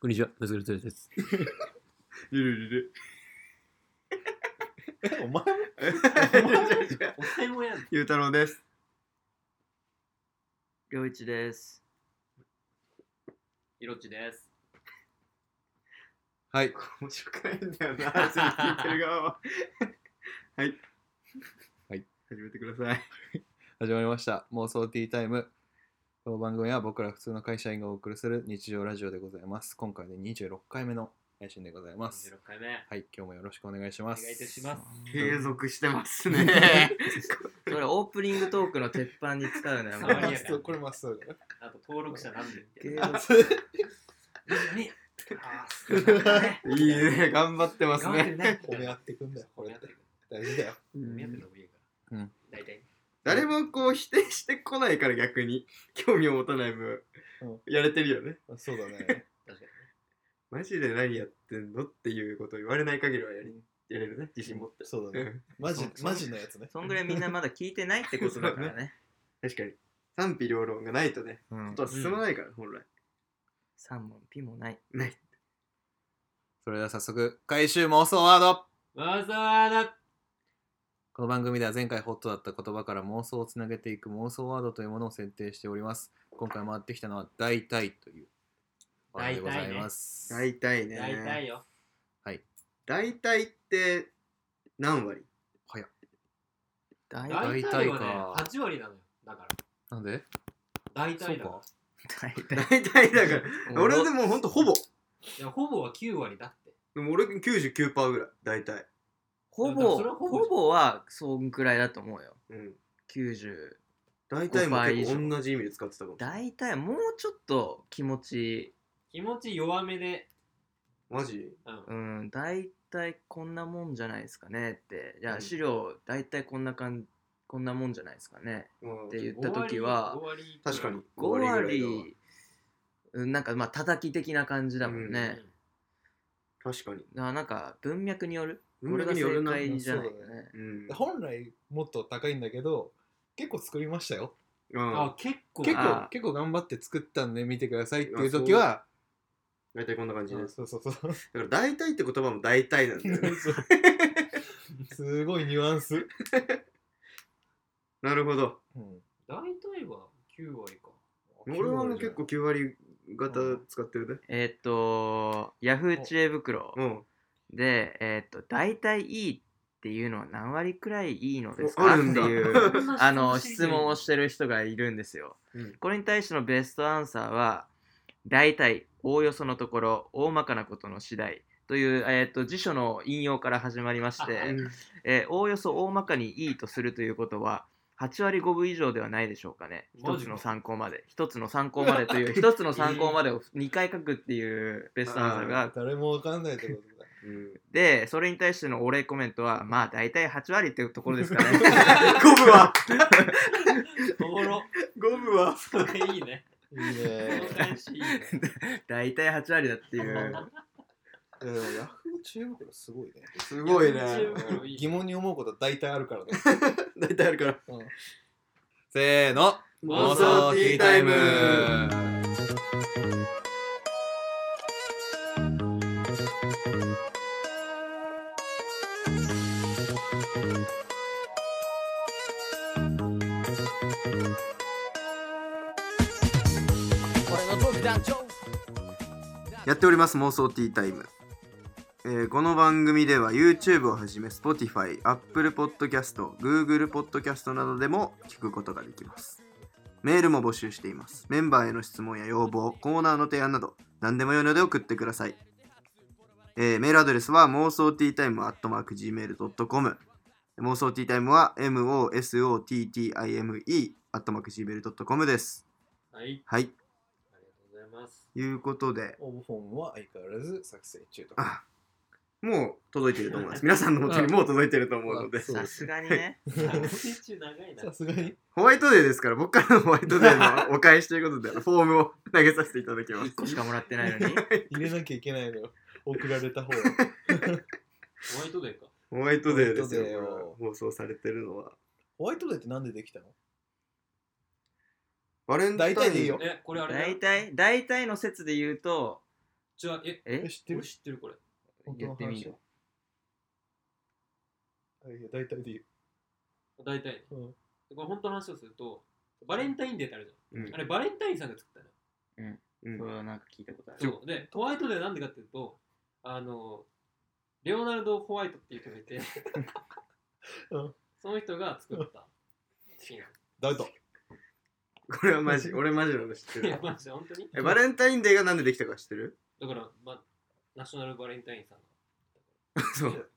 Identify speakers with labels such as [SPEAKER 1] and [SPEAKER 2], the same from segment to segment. [SPEAKER 1] こんにちは、松倉剛です。
[SPEAKER 2] ゆるゆる
[SPEAKER 1] お前も、お前もやん。
[SPEAKER 2] ゆうたろうです。
[SPEAKER 3] りょういちです。
[SPEAKER 1] ひろっちです。
[SPEAKER 2] はい。面白くないんだよな、それ聞いてる側は。はい。
[SPEAKER 4] はい。
[SPEAKER 2] 始めてください。
[SPEAKER 4] 始まりました妄想ティータイムこの番組は僕ら普通の会社員がお送りする日常ラジオでございます今回で26回目の配信でございます
[SPEAKER 1] 26回目。
[SPEAKER 4] はい今日もよろしくお願いします
[SPEAKER 1] お願いいたします
[SPEAKER 2] 継続してます ね。
[SPEAKER 3] それオープニングトークの鉄板に使うのや
[SPEAKER 1] そう
[SPEAKER 3] め
[SPEAKER 1] マストこれ
[SPEAKER 4] マストだ
[SPEAKER 1] あと登録者何人って
[SPEAKER 3] 継
[SPEAKER 1] や
[SPEAKER 3] 続
[SPEAKER 1] つ。ねあーすごいね
[SPEAKER 2] いいね、頑張ってます
[SPEAKER 1] 頑張って
[SPEAKER 2] ね。
[SPEAKER 1] るね。
[SPEAKER 4] ってくんだよ
[SPEAKER 1] 褒め合ってる。
[SPEAKER 4] 大事だよ
[SPEAKER 1] 褒め合ってるのもいいから。
[SPEAKER 4] うん。
[SPEAKER 1] 大体。
[SPEAKER 2] 誰もこう否定してこないから逆に興味を持たない分、
[SPEAKER 4] うん
[SPEAKER 2] やれてるよね。
[SPEAKER 4] そうだね
[SPEAKER 1] 確かにね。
[SPEAKER 2] マジで何やってんのっていうことを言われない限りはやりやれるね、自信持って。
[SPEAKER 4] そう
[SPEAKER 2] うん
[SPEAKER 4] マ
[SPEAKER 2] ジ
[SPEAKER 4] マジのやつね
[SPEAKER 3] そんぐらいみんなまだ聞いてないってことだから ね。
[SPEAKER 2] 確かに。賛否両論がないとね、ことは進まないから、本来。
[SPEAKER 3] 3問ピもない。
[SPEAKER 2] ない。
[SPEAKER 4] それでは早速回収妄想ワード
[SPEAKER 1] わざわざ。
[SPEAKER 4] この番組では前回ホットだった言葉から妄想をつなげていく妄想ワードというものを選定しております今回回ってきたのは大体というワードでございます、
[SPEAKER 2] 大体ね。
[SPEAKER 1] 大体よ。
[SPEAKER 2] 大体って何割
[SPEAKER 3] 大体
[SPEAKER 1] 大
[SPEAKER 4] 大
[SPEAKER 1] 体
[SPEAKER 4] 体
[SPEAKER 1] はね
[SPEAKER 4] か、
[SPEAKER 1] 8割なのよ。だから。
[SPEAKER 4] なんで
[SPEAKER 1] 大体だか
[SPEAKER 4] そう
[SPEAKER 1] ら
[SPEAKER 4] か。
[SPEAKER 3] 大体。
[SPEAKER 2] 大体だから俺でもほんとほぼ
[SPEAKER 1] いや、ほぼは9割だって。
[SPEAKER 2] でも俺99%ぐらい大体
[SPEAKER 3] ほ
[SPEAKER 1] だから
[SPEAKER 3] ぼ
[SPEAKER 1] それはほ
[SPEAKER 3] ほ
[SPEAKER 1] ぼ
[SPEAKER 3] ぼはそんくらいだと思うよ。
[SPEAKER 2] うん
[SPEAKER 3] 90。
[SPEAKER 2] 大体も
[SPEAKER 3] 5%以
[SPEAKER 2] 結
[SPEAKER 3] 上
[SPEAKER 2] 構同じ意味で使ってたかも
[SPEAKER 3] 大体もうちょっと気持ち
[SPEAKER 1] 気持ち弱めで。
[SPEAKER 2] マジ
[SPEAKER 1] うん
[SPEAKER 3] うん大体こんなもんじゃないですかねって。じゃ
[SPEAKER 2] うん
[SPEAKER 3] あ資料大体こんな感じ。こんなもんじゃないですかね
[SPEAKER 2] うん
[SPEAKER 3] って言った時は
[SPEAKER 1] 5割
[SPEAKER 2] 確かに。
[SPEAKER 3] 5
[SPEAKER 2] 五ぐらい
[SPEAKER 3] 割
[SPEAKER 2] だわ
[SPEAKER 3] うんなんかまあ叩き的な感じだもんね、
[SPEAKER 2] う
[SPEAKER 1] うん
[SPEAKER 2] 確かに
[SPEAKER 3] ななんか文脈による
[SPEAKER 2] 文脈によるな
[SPEAKER 3] これが正解じゃないよ
[SPEAKER 4] そう
[SPEAKER 3] ね
[SPEAKER 2] うん
[SPEAKER 4] 本来もっと高いんだけど結構作りましたよ
[SPEAKER 2] うん
[SPEAKER 1] あ、結構。
[SPEAKER 4] 結
[SPEAKER 3] あ
[SPEAKER 4] 構
[SPEAKER 3] ー
[SPEAKER 4] 結構頑張って作ったんで見てくださいっていう時は
[SPEAKER 2] 大体こんな感じ
[SPEAKER 4] う
[SPEAKER 2] で
[SPEAKER 4] ん
[SPEAKER 2] す
[SPEAKER 4] そうそうそう
[SPEAKER 2] だから大体って言葉も大体なんだよね
[SPEAKER 4] すごいニュアンス、
[SPEAKER 2] なるほど
[SPEAKER 4] うん、
[SPEAKER 1] 大体は9割か。
[SPEAKER 2] 俺はもう結構9割
[SPEAKER 4] う
[SPEAKER 2] 型
[SPEAKER 4] ん
[SPEAKER 2] 使ってるね
[SPEAKER 3] えーっとヤフー知恵袋
[SPEAKER 2] うん
[SPEAKER 3] でえーっと大体いいっていうのは何割くらいいいのです
[SPEAKER 2] あ
[SPEAKER 3] かっ
[SPEAKER 2] る
[SPEAKER 3] て
[SPEAKER 2] んだ
[SPEAKER 3] いう
[SPEAKER 1] そんな
[SPEAKER 3] あの
[SPEAKER 1] し
[SPEAKER 3] 質問をしてる人がいるんですよ
[SPEAKER 2] うん
[SPEAKER 3] これに対してのベストアンサーは大体おおよそのところ大まかなことの次第という、えーっと辞書の引用から始まりまし
[SPEAKER 1] う
[SPEAKER 3] て、えーおおよそ大まかにいいとするということは8割5分以上ではないでしょうかね
[SPEAKER 1] マ
[SPEAKER 3] 一
[SPEAKER 1] ジ
[SPEAKER 3] つ
[SPEAKER 1] か
[SPEAKER 3] の参考まで一つの参考まで という一つの参考までを2回書くっていうベストアンサーが
[SPEAKER 4] 誰もわかんないってことだ
[SPEAKER 2] うん
[SPEAKER 3] でそれに対してのお礼コメントはまあ大体8割っていうところですかね
[SPEAKER 2] 五分は
[SPEAKER 1] おもろ。
[SPEAKER 2] 五分は
[SPEAKER 1] それいいね。
[SPEAKER 4] いいね
[SPEAKER 1] そ の返しいいね。
[SPEAKER 3] 大体8割だっていう
[SPEAKER 4] いやでもヤフー知恵袋すごいね
[SPEAKER 2] すごいね
[SPEAKER 1] 40分
[SPEAKER 4] うん疑問に思うことは大体あるからね、
[SPEAKER 2] 大体あるから
[SPEAKER 4] うんせーの
[SPEAKER 1] 妄想ティータイム
[SPEAKER 2] やっております妄想ティータイム、えーこの番組では YouTube をはじめ Spotify、Apple Podcast、Google Podcast などでも聞くことができますメールも募集していますメンバーへの質問や要望コーナーの提案など何でもよいので送ってください、えーメールアドレスは妄想ティータイム Gmail.com 妄想ティータイムは MOSOTTIME Gmail.com です
[SPEAKER 1] はい。
[SPEAKER 2] はい
[SPEAKER 1] ありがとうございます。
[SPEAKER 2] いうことで
[SPEAKER 4] 応募フォームは相変わらず作成中と
[SPEAKER 2] あもう届いてると思います。 皆さんの元にもう届いてると思うので。
[SPEAKER 4] そう
[SPEAKER 3] さ
[SPEAKER 4] です
[SPEAKER 3] がにね
[SPEAKER 1] 作成中長いな。
[SPEAKER 4] さすが に
[SPEAKER 2] ホワイトデーですから、僕からのホワイトデーのお返しということで、 フォームを投げさせていただきます
[SPEAKER 3] 1。個しかもらってないのに
[SPEAKER 4] 入れなきゃいけないのよ送られ た方は
[SPEAKER 1] ホワイトデーか。
[SPEAKER 2] ホワイトデーですよ
[SPEAKER 4] ホワイトデーを、
[SPEAKER 2] これ放送されてるのは。
[SPEAKER 4] ホワイトデーってなんでできたの
[SPEAKER 2] バレンタイン
[SPEAKER 4] 大体でいいよ
[SPEAKER 1] え、これあれだよ
[SPEAKER 3] 大体大体の説で言うと
[SPEAKER 5] じゃあ、え、
[SPEAKER 3] え
[SPEAKER 1] え、知ってる
[SPEAKER 5] 俺知ってるこれ。
[SPEAKER 1] 本当の
[SPEAKER 3] 言ってみ
[SPEAKER 1] 話よ。あいや、大体でいい。
[SPEAKER 5] 大体ね。
[SPEAKER 1] うん
[SPEAKER 5] これ本当の話をすると、バレンタインデーってあるじゃ
[SPEAKER 2] うん
[SPEAKER 5] ん。あれ、バレンタインさんが作ったの。
[SPEAKER 2] うん
[SPEAKER 3] それはなんか聞いたことある。
[SPEAKER 5] そう。で、ホワイトデーなんでかっていうと、あの、レオナルド・ホワイトっていう人がいて
[SPEAKER 1] うん、
[SPEAKER 5] その人が作った。いや
[SPEAKER 1] 誰だ
[SPEAKER 2] これは マジ、俺マジなの知って
[SPEAKER 5] いや
[SPEAKER 2] る。
[SPEAKER 5] マジで本当に
[SPEAKER 2] えバレンタインデーがなんでできたか知ってる
[SPEAKER 5] だから、ま、ナショナルバレンタインさん
[SPEAKER 2] そう。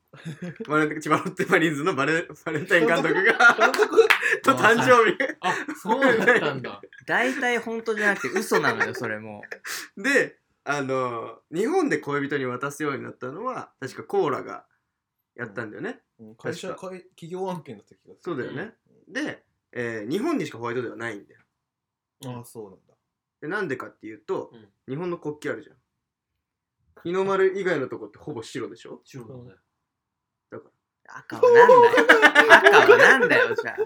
[SPEAKER 2] バレン千葉ロッテマリーンズのバレバレンタイン監督が と誕生日
[SPEAKER 5] あ、そうだったんだ。
[SPEAKER 3] 大体本当じゃなくて嘘なのよ、それも。
[SPEAKER 2] で、あの日本で恋人に渡すようになったのは、確かコーラがやったんだよね。
[SPEAKER 4] うん会社
[SPEAKER 2] 確
[SPEAKER 4] 会企業案件だった気がす
[SPEAKER 2] そ
[SPEAKER 4] る
[SPEAKER 2] うだよね。で、えー日本にしかホワイトデーはないんだよ。
[SPEAKER 4] ああそうなんだ
[SPEAKER 2] でなんでかっていうと、
[SPEAKER 5] うん
[SPEAKER 2] 日本の国旗あるじゃん。日の丸以外のとこってほぼ白でしょ
[SPEAKER 5] 白だね。
[SPEAKER 3] 赤はなんだよ。赤はなんだよ、じゃ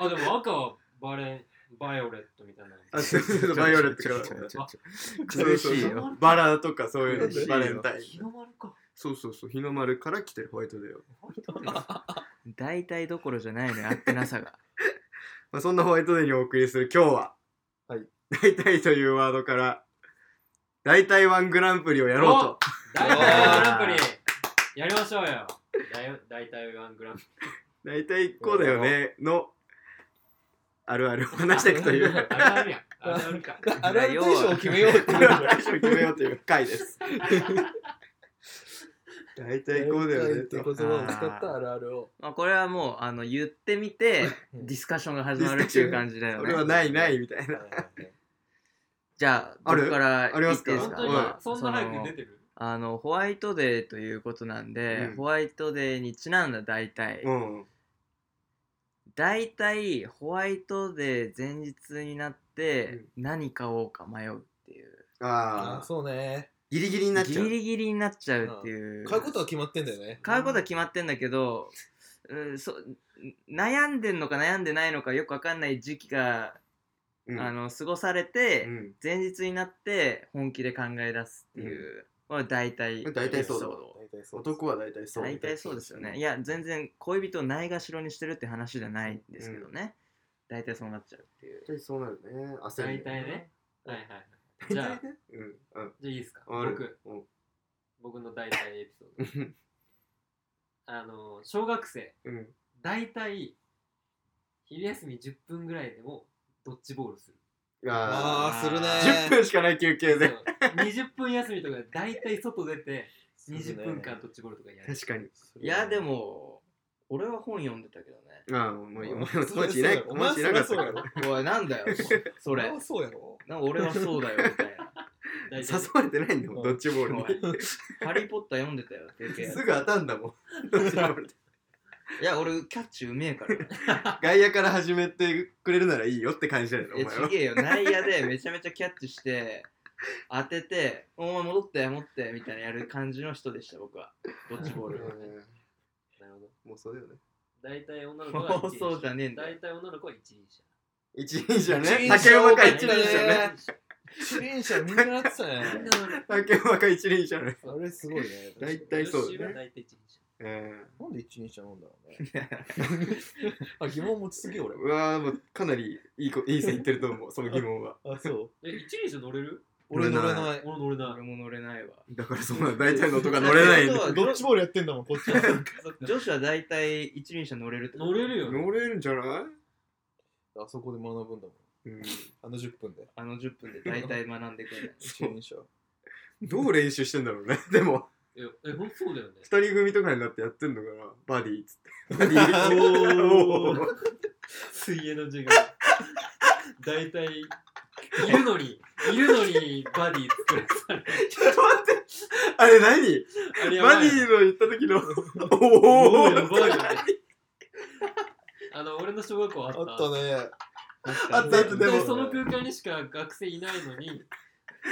[SPEAKER 5] あ、でも赤はバレン、バイオレットみたいな。
[SPEAKER 2] あ、そうそうそう、バイオレットから
[SPEAKER 3] ちょちょちょ
[SPEAKER 5] あ、
[SPEAKER 3] 苦しい
[SPEAKER 5] そうそう
[SPEAKER 3] よ。
[SPEAKER 2] バラとかそういう
[SPEAKER 1] 苦しい
[SPEAKER 2] の、
[SPEAKER 1] よ
[SPEAKER 2] バレンタイン。
[SPEAKER 5] 日の丸か。
[SPEAKER 2] そうそうそう、日の丸から来てるホワイトデーを。
[SPEAKER 3] 大体どころじゃないのよ、あってなさが。
[SPEAKER 2] まあ、そんなホワイトデーにお送りする今日は、
[SPEAKER 1] はい、
[SPEAKER 2] 大体というワードから、大体ワングランプリをやろうと。
[SPEAKER 5] 大体ワングランプリやりましょうよ。だい大体ワングランプ
[SPEAKER 2] 大体こうだよね、の、あるあるを話していくとい
[SPEAKER 5] リ。あ
[SPEAKER 2] う
[SPEAKER 5] る、あるやん。あるあるか。
[SPEAKER 4] あるある対象を決めようって
[SPEAKER 2] あ
[SPEAKER 4] い
[SPEAKER 2] る
[SPEAKER 4] う
[SPEAKER 2] あるを決めようという回です。大体こうだよね
[SPEAKER 4] って
[SPEAKER 2] と
[SPEAKER 4] 言。葉を使ったあるあるを
[SPEAKER 3] まあ、これはもうあの言ってみて
[SPEAKER 4] うん
[SPEAKER 3] ディスカッションが始まるっていう感じだよ
[SPEAKER 2] そ
[SPEAKER 3] ね
[SPEAKER 2] れ。はないないみたいな。
[SPEAKER 3] じゃあ
[SPEAKER 2] ある
[SPEAKER 3] 僕から
[SPEAKER 2] あり
[SPEAKER 3] 言
[SPEAKER 2] ま
[SPEAKER 3] っ
[SPEAKER 2] すか
[SPEAKER 3] ていいです
[SPEAKER 5] 本
[SPEAKER 3] か
[SPEAKER 5] 当に
[SPEAKER 2] は
[SPEAKER 5] そんな早く出
[SPEAKER 3] の
[SPEAKER 5] てる
[SPEAKER 3] あのホワイトデーということなんで、
[SPEAKER 2] うん
[SPEAKER 3] ホワイトデーにちなんだ大体、
[SPEAKER 2] うん。
[SPEAKER 3] 大体ホワイトデー前日になって何買おうか迷うっていう
[SPEAKER 2] あ
[SPEAKER 4] あ
[SPEAKER 2] あ
[SPEAKER 4] あ、そうね
[SPEAKER 2] ギリギリになっちゃう。
[SPEAKER 3] ギリギリになっちゃうっていう、
[SPEAKER 4] 買うことは決まってんだよね
[SPEAKER 3] 買うことは決まってんだけど、うん、そ悩んでんのか悩んでないのかよくわかんない時期が、
[SPEAKER 2] うん
[SPEAKER 3] あの過ごされて、
[SPEAKER 2] うん
[SPEAKER 3] 前日になって本気で考え出すっていう、まあ大体
[SPEAKER 2] 大体そうだ
[SPEAKER 3] エピソード
[SPEAKER 4] 大体そう
[SPEAKER 2] 男は大体そう。
[SPEAKER 3] 大体そうですよねいや全然恋人をないがしろにしてるって話じゃないんですけどね、大体そうなっちゃうっていう
[SPEAKER 2] 大体そうなるね。焦る
[SPEAKER 5] 大
[SPEAKER 2] よ
[SPEAKER 5] 体ね。。はいはい。
[SPEAKER 2] 大
[SPEAKER 5] じゃ
[SPEAKER 2] 体
[SPEAKER 5] あ、
[SPEAKER 2] ね。うん。うん。
[SPEAKER 5] じゃあいいですか。
[SPEAKER 2] あ
[SPEAKER 5] 僕
[SPEAKER 2] る、うん
[SPEAKER 5] 僕の大体エピソ ード。あの、小学生、
[SPEAKER 2] うん。
[SPEAKER 5] 大体、昼休み10分ぐらいでも、ドッジボールする。
[SPEAKER 2] あ
[SPEAKER 4] ああするね
[SPEAKER 2] あ。10分しかない休憩
[SPEAKER 5] そう
[SPEAKER 2] で。
[SPEAKER 5] 20分休みとか、大体外出て、20分間ドッジボールとかやる。
[SPEAKER 2] 確かに。
[SPEAKER 3] いやでも俺は本読んでたけどね
[SPEAKER 2] ああ、もう、もう、もう、
[SPEAKER 4] そ
[SPEAKER 2] も
[SPEAKER 4] れ
[SPEAKER 2] ういない、
[SPEAKER 4] それ
[SPEAKER 2] もういなか
[SPEAKER 4] お前
[SPEAKER 2] った
[SPEAKER 4] それそう
[SPEAKER 2] か
[SPEAKER 4] やろ
[SPEAKER 2] ら。
[SPEAKER 3] おいなんだよそれ
[SPEAKER 4] ああそうやろ
[SPEAKER 3] なんか俺はそうだよみたいな
[SPEAKER 5] 大
[SPEAKER 2] 誘
[SPEAKER 5] 体
[SPEAKER 2] われてないんだもん、ドッジボール
[SPEAKER 3] おいハリー・ポッター読んでたよっていう系
[SPEAKER 2] に。すぐ当たんだもん。ドッジボールで
[SPEAKER 3] いや俺キャッチうめえから
[SPEAKER 2] 外野から始めてくれるならいいよって感じだよね、お
[SPEAKER 3] え
[SPEAKER 2] 前は
[SPEAKER 3] ち。げえよ内野でめちゃめちゃキャッチして当てて「お前戻って持って」みたいなやる感じの人でした僕はドッジボール
[SPEAKER 5] う
[SPEAKER 2] うん
[SPEAKER 5] なるほど。
[SPEAKER 2] もうそうだよね。
[SPEAKER 5] 大体女の子は
[SPEAKER 3] 放
[SPEAKER 5] 一輪
[SPEAKER 3] 送
[SPEAKER 5] 車
[SPEAKER 3] じゃねえんだよ
[SPEAKER 5] 大体女の子は一輪車。
[SPEAKER 2] 一輪車
[SPEAKER 4] 一
[SPEAKER 2] ね。
[SPEAKER 4] 輪
[SPEAKER 2] 竹
[SPEAKER 4] 車
[SPEAKER 2] 馬
[SPEAKER 4] 多
[SPEAKER 2] か
[SPEAKER 4] かっ
[SPEAKER 2] 一
[SPEAKER 4] た
[SPEAKER 2] 輪車ね。
[SPEAKER 4] ね自転車みんなやってたね
[SPEAKER 5] みん な乗る
[SPEAKER 2] 竹馬か一輪車ね。
[SPEAKER 4] あれすごいね
[SPEAKER 2] 大体そう
[SPEAKER 5] 女子
[SPEAKER 2] だ
[SPEAKER 5] は
[SPEAKER 2] ね。
[SPEAKER 5] 大体一輪車。
[SPEAKER 2] うん
[SPEAKER 4] なんで一輪車なんだろうね あ疑問持ちすぎ俺
[SPEAKER 2] うわーもうかなりいいこいい線いってると思う、その疑問は。
[SPEAKER 4] あそう
[SPEAKER 5] え、一輪車乗れる
[SPEAKER 4] 俺乗れない
[SPEAKER 5] 俺乗れない
[SPEAKER 3] 俺。も乗れないわ
[SPEAKER 2] だからそんな大体の音が乗れないんだ。
[SPEAKER 3] そう
[SPEAKER 1] どっちボールやってんだもん、こっちは。
[SPEAKER 5] そっか
[SPEAKER 3] 女子は大体一輪車乗れるってこと
[SPEAKER 5] 乗れるよ。
[SPEAKER 2] 乗れるんじゃない
[SPEAKER 4] あそこで学ぶんだもん
[SPEAKER 2] うん
[SPEAKER 4] あの10分で
[SPEAKER 3] あの10分で大体学んでくるんだよね
[SPEAKER 4] 一輪車
[SPEAKER 2] どう練習してんだろうね。 でも、
[SPEAKER 5] え、えほんとそうだよね。
[SPEAKER 2] 二人組とかになってやってんのかな。バディっつって。 バディ おー
[SPEAKER 5] 水泳の授業。大体、いるのに、いるのにバディ作らされる。
[SPEAKER 2] ちょっと待って。あれ何
[SPEAKER 5] あれやばい
[SPEAKER 2] バディの行った時の。
[SPEAKER 5] も
[SPEAKER 2] お
[SPEAKER 5] うやばいよね
[SPEAKER 2] ー
[SPEAKER 5] あの、俺の小学校あ
[SPEAKER 4] あ
[SPEAKER 5] った。
[SPEAKER 4] ったね
[SPEAKER 2] あったあった
[SPEAKER 5] 本
[SPEAKER 2] で
[SPEAKER 5] 当に
[SPEAKER 2] も。
[SPEAKER 5] その空間にしか学生いないのに、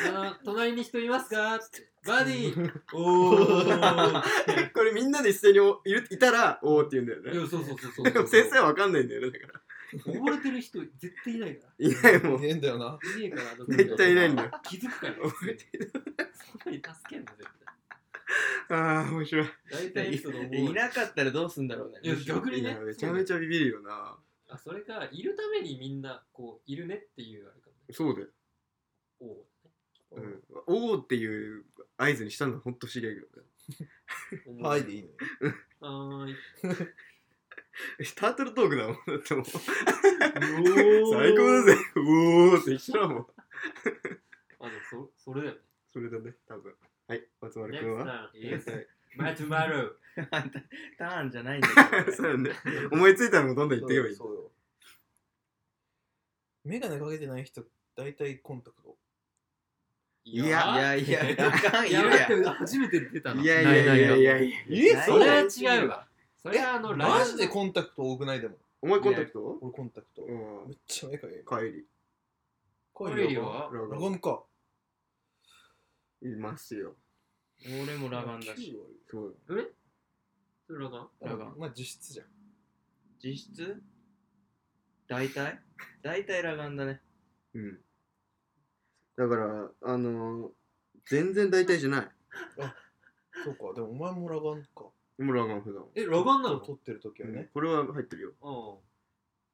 [SPEAKER 5] あの、隣に人いますかってバ ディおー。
[SPEAKER 2] これみんなで一斉においるいたら、おーって言うんだよ
[SPEAKER 5] い
[SPEAKER 2] ね。
[SPEAKER 5] や、そうそうそうそう
[SPEAKER 2] でも先生はわかんないんだよね。だから。
[SPEAKER 5] 溺れてる人絶 対いないから。
[SPEAKER 2] いないもん。
[SPEAKER 4] ねえんだよない
[SPEAKER 5] ねえから、あの
[SPEAKER 2] 絶対いないんだよ。
[SPEAKER 5] 気づくから。
[SPEAKER 2] 覚えてる
[SPEAKER 5] そんなに助けんの絶
[SPEAKER 2] ああ、面白い。
[SPEAKER 5] 対。大
[SPEAKER 3] い
[SPEAKER 5] 体
[SPEAKER 3] や
[SPEAKER 5] そのもう
[SPEAKER 3] いなかったらどうすんだろうね
[SPEAKER 5] いや逆に
[SPEAKER 2] い
[SPEAKER 5] ね
[SPEAKER 2] や、めちゃめちゃビビるよな。
[SPEAKER 5] あそれかいるためにみんなこういるねっていうあれかもね。
[SPEAKER 2] そうだよ。
[SPEAKER 5] おう
[SPEAKER 2] うん。おおっていう合図にしたのはほんと不思議だけどね。
[SPEAKER 4] はいでいいのよ
[SPEAKER 5] はーい。
[SPEAKER 2] タートルトークだもん。だってもう、最
[SPEAKER 5] 最
[SPEAKER 2] 高だぜ。うおーって一緒だもん。
[SPEAKER 5] あ、でもそそれだよね。
[SPEAKER 2] それだね、多分。はい、松丸
[SPEAKER 5] Next
[SPEAKER 2] 君は
[SPEAKER 5] time is マトゥマル。
[SPEAKER 3] あんたターンじゃないんだけど
[SPEAKER 2] そうよね。思いついたのをどんどん言っていけばいい。
[SPEAKER 4] そうよ眼鏡かけてない人大体コンタクト
[SPEAKER 5] い
[SPEAKER 2] や
[SPEAKER 3] いやいや あかんい る
[SPEAKER 5] や
[SPEAKER 3] やん
[SPEAKER 5] ばって初めて出たの。
[SPEAKER 2] いやいやいやいや
[SPEAKER 5] ない
[SPEAKER 2] いや。
[SPEAKER 4] え
[SPEAKER 5] ない
[SPEAKER 3] そ
[SPEAKER 5] それは
[SPEAKER 3] れ
[SPEAKER 5] 違うわ。それはあの、
[SPEAKER 4] マジで
[SPEAKER 5] ン
[SPEAKER 4] コンタクト多くないでも
[SPEAKER 2] お前コンタクト
[SPEAKER 4] 俺コンタクト
[SPEAKER 2] うん
[SPEAKER 4] め。っちゃ目かゆい
[SPEAKER 2] 帰り。
[SPEAKER 5] ト
[SPEAKER 4] か
[SPEAKER 5] よ。
[SPEAKER 4] ゆいよ
[SPEAKER 5] は
[SPEAKER 2] ラ
[SPEAKER 4] ラ
[SPEAKER 2] ガ
[SPEAKER 4] ガ
[SPEAKER 2] ン
[SPEAKER 4] ンか
[SPEAKER 2] いますよ。
[SPEAKER 3] 俺もラガンだし
[SPEAKER 2] すごい。
[SPEAKER 5] それラガン
[SPEAKER 4] ラ
[SPEAKER 3] ラ
[SPEAKER 4] ガ
[SPEAKER 3] ガ
[SPEAKER 4] ン
[SPEAKER 3] ン
[SPEAKER 4] まあ実質じゃん
[SPEAKER 3] 実質大体大体ラガンだね
[SPEAKER 2] うん。だから、あのー、全然大体じゃない。
[SPEAKER 4] そうかでもお前もラガンか
[SPEAKER 2] もうラガン普段。
[SPEAKER 5] え、ラガンなの
[SPEAKER 4] 撮ってる時はね
[SPEAKER 2] これは入ってるよ。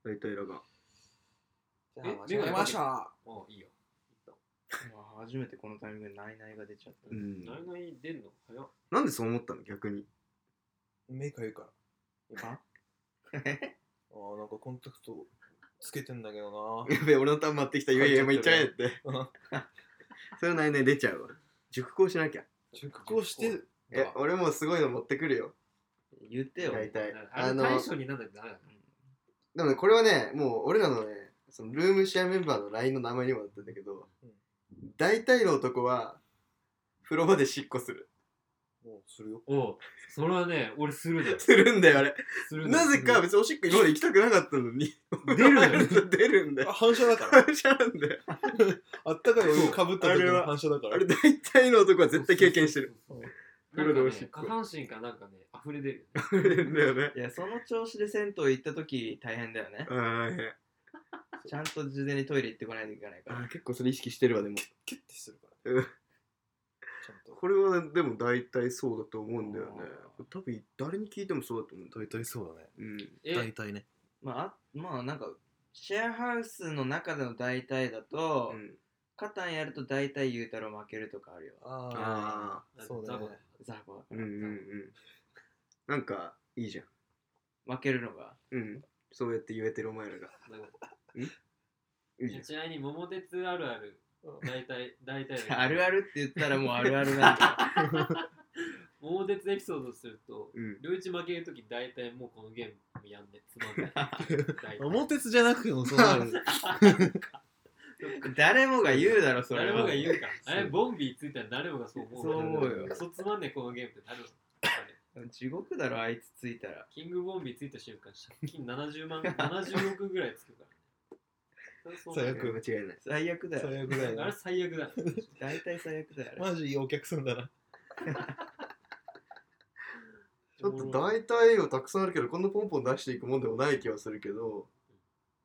[SPEAKER 5] うん。
[SPEAKER 2] 大体ラガン。
[SPEAKER 4] じ
[SPEAKER 5] ん
[SPEAKER 4] ゃあ間
[SPEAKER 5] え
[SPEAKER 4] 違えました
[SPEAKER 5] あいいよ。
[SPEAKER 3] うわ初めてこのタイミングでナイナイが出ちゃった、
[SPEAKER 2] うん。
[SPEAKER 5] ないない出んの早っ。
[SPEAKER 2] なんでそう思ったの逆に。
[SPEAKER 4] 目かゆいから
[SPEAKER 3] あ
[SPEAKER 4] あーなんかコンタクトつけてんだけど
[SPEAKER 2] やべえ、俺のターン待ってき た。いやいや、もう行っちゃえって。
[SPEAKER 4] な
[SPEAKER 2] それはないね、出ちゃうわ。熟考しなきゃ。
[SPEAKER 4] 熟考して
[SPEAKER 2] え、俺もすごいの持ってくるよ。
[SPEAKER 3] 言ってよ、
[SPEAKER 2] 大体。
[SPEAKER 5] あ
[SPEAKER 2] あ
[SPEAKER 5] の
[SPEAKER 2] の、
[SPEAKER 5] 対象になんだってならない
[SPEAKER 2] でもね、これはね、もう俺らのね、そのルームシェアメンバーの LINE の名前にもなったんだけど、
[SPEAKER 4] うん
[SPEAKER 2] 大体の男は、風呂場でしっこする。
[SPEAKER 4] もうするよ
[SPEAKER 5] おうそれはね、俺するだよ。
[SPEAKER 2] するんだよ、あれ。
[SPEAKER 5] するんだよ
[SPEAKER 2] なぜか別におしっこ今まで行きたくなかったのに、
[SPEAKER 5] 出るのよ。
[SPEAKER 2] 出るんだよ。
[SPEAKER 4] 反射だから
[SPEAKER 2] 反射なんだよ。
[SPEAKER 4] あったかいお湯かぶった時の反射だか
[SPEAKER 2] あ
[SPEAKER 4] ら
[SPEAKER 2] れ、大体の男は絶対経験してる。
[SPEAKER 5] そうそうそうそう。
[SPEAKER 2] 風呂でおしっこ
[SPEAKER 5] なんかね下半身かなんかね、溢れ出る。
[SPEAKER 2] 出るんだよね。
[SPEAKER 3] いやその調子で銭湯行った時大変だよね
[SPEAKER 2] あー
[SPEAKER 3] ちゃんと事前にトイレ行ってこないといけないか
[SPEAKER 2] あ
[SPEAKER 3] ら
[SPEAKER 2] ー結構それ意識してるわ、でも。
[SPEAKER 4] キュッてするから
[SPEAKER 2] うん
[SPEAKER 4] ちゃんと
[SPEAKER 2] これはねでも大体そうだと思うんだよね
[SPEAKER 3] あ。
[SPEAKER 2] 多分誰に聞いてもそうだと思うんだ。
[SPEAKER 4] 大体そうだね
[SPEAKER 2] うん。
[SPEAKER 5] え、
[SPEAKER 4] 体ね
[SPEAKER 3] まああまあなんかシェアハウスの中での大体だと、
[SPEAKER 2] うん、
[SPEAKER 3] カタンやると大体ゆうたろう負けるとかあるよ
[SPEAKER 4] あ
[SPEAKER 2] あ
[SPEAKER 4] あそうだね
[SPEAKER 3] ザコ
[SPEAKER 2] あ。うんうんうん。なんかいいじゃん。
[SPEAKER 3] 負けるのが。
[SPEAKER 2] うん。そうやって言えてるお前らが。
[SPEAKER 5] なんか
[SPEAKER 2] いいじゃん。
[SPEAKER 5] ちなみに桃鉄あるある
[SPEAKER 4] うん。
[SPEAKER 5] 大体、大体
[SPEAKER 3] あるあるって言ったらもうあるあるなんだ
[SPEAKER 5] 桃鉄エピソードすると、
[SPEAKER 2] うん。
[SPEAKER 5] 両一負けるとき大体もうこのゲームやんね。つまんない。大体
[SPEAKER 4] 桃鉄じゃなくてもそうな る
[SPEAKER 3] よ誰もが言うだろそれ
[SPEAKER 5] 誰
[SPEAKER 3] は
[SPEAKER 5] もが言うか。あれ、
[SPEAKER 3] そう
[SPEAKER 5] ボンビーついたら誰もがそう思う。
[SPEAKER 3] そう思うよ
[SPEAKER 5] クソつまんねえ、このゲームってなる。あれ
[SPEAKER 3] 地獄だろあいつついたら
[SPEAKER 5] キングボンビーついた瞬間、借金70万、70億ぐらいつくから。それ
[SPEAKER 4] 最
[SPEAKER 5] は
[SPEAKER 4] 悪
[SPEAKER 2] 間違いない。
[SPEAKER 3] 最悪だ
[SPEAKER 4] 最
[SPEAKER 3] よ
[SPEAKER 4] 悪だよ
[SPEAKER 5] あれ
[SPEAKER 4] ね
[SPEAKER 5] 最悪だ。
[SPEAKER 3] 大体最悪だよあれ
[SPEAKER 4] マジいいお客さんだな
[SPEAKER 2] ちょっと大体はたくさんあるけど、こんなポンポン出していくもんでもない気はするけど、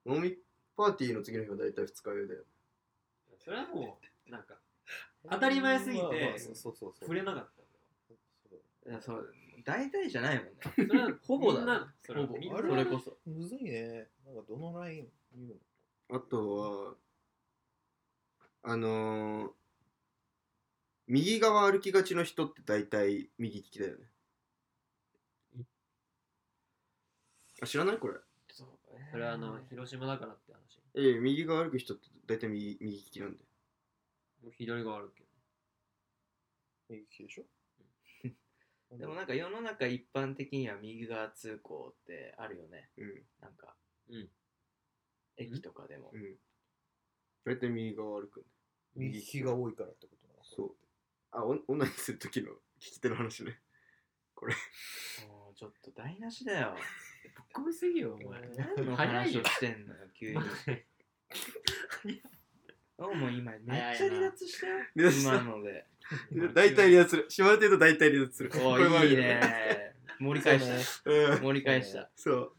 [SPEAKER 2] 飲みパーティーの次の日は大体2日酔いだよ。
[SPEAKER 5] それはもう、なんか、当たり前すぎて
[SPEAKER 4] まあまあそうそうそう
[SPEAKER 5] 触れなかった。
[SPEAKER 3] いやそう大体じゃないもんね
[SPEAKER 5] それは
[SPEAKER 3] ほぼだ
[SPEAKER 5] みんなのそれは
[SPEAKER 3] ほぼ
[SPEAKER 5] みん
[SPEAKER 4] あ
[SPEAKER 5] な
[SPEAKER 4] る
[SPEAKER 5] の
[SPEAKER 3] それこそ
[SPEAKER 4] むずいねなんかどのライン言うの
[SPEAKER 2] あとは、あのー、右側歩きがちの人って大体右利きだよね。あ、知らないこれ。
[SPEAKER 3] そう
[SPEAKER 5] それはあの、広島だからって話。
[SPEAKER 2] ええ、右側歩く人って大体右右利きなんで。
[SPEAKER 5] もう左側あるけど。
[SPEAKER 4] 右利きでしょ
[SPEAKER 3] でもなんか世の中一般的には右側通行ってあるよね
[SPEAKER 2] うん。
[SPEAKER 3] なんか、
[SPEAKER 5] うん
[SPEAKER 3] 駅とかでも、
[SPEAKER 2] うん。大体右側歩くんで。
[SPEAKER 4] 右利きが多いからってことなの
[SPEAKER 2] そう。あ、お オナニーする時の利き手の話ね。
[SPEAKER 3] もうちょっと台無しだ よ
[SPEAKER 5] ぶっ込みすぎよ、お前。
[SPEAKER 3] 何の
[SPEAKER 5] 早い
[SPEAKER 3] 話
[SPEAKER 5] よ
[SPEAKER 3] をしてんのよ急に
[SPEAKER 5] マジで
[SPEAKER 3] おもう今めっちゃ離脱したよ
[SPEAKER 2] 離脱した
[SPEAKER 3] 今ので
[SPEAKER 2] 大体離脱する。しまうてると大体離脱する。
[SPEAKER 3] お
[SPEAKER 2] これもあ
[SPEAKER 3] ー
[SPEAKER 2] る
[SPEAKER 3] いい
[SPEAKER 2] よ
[SPEAKER 3] ね。盛り返し
[SPEAKER 2] う
[SPEAKER 3] た
[SPEAKER 2] ん。
[SPEAKER 3] 盛り返した
[SPEAKER 2] そう。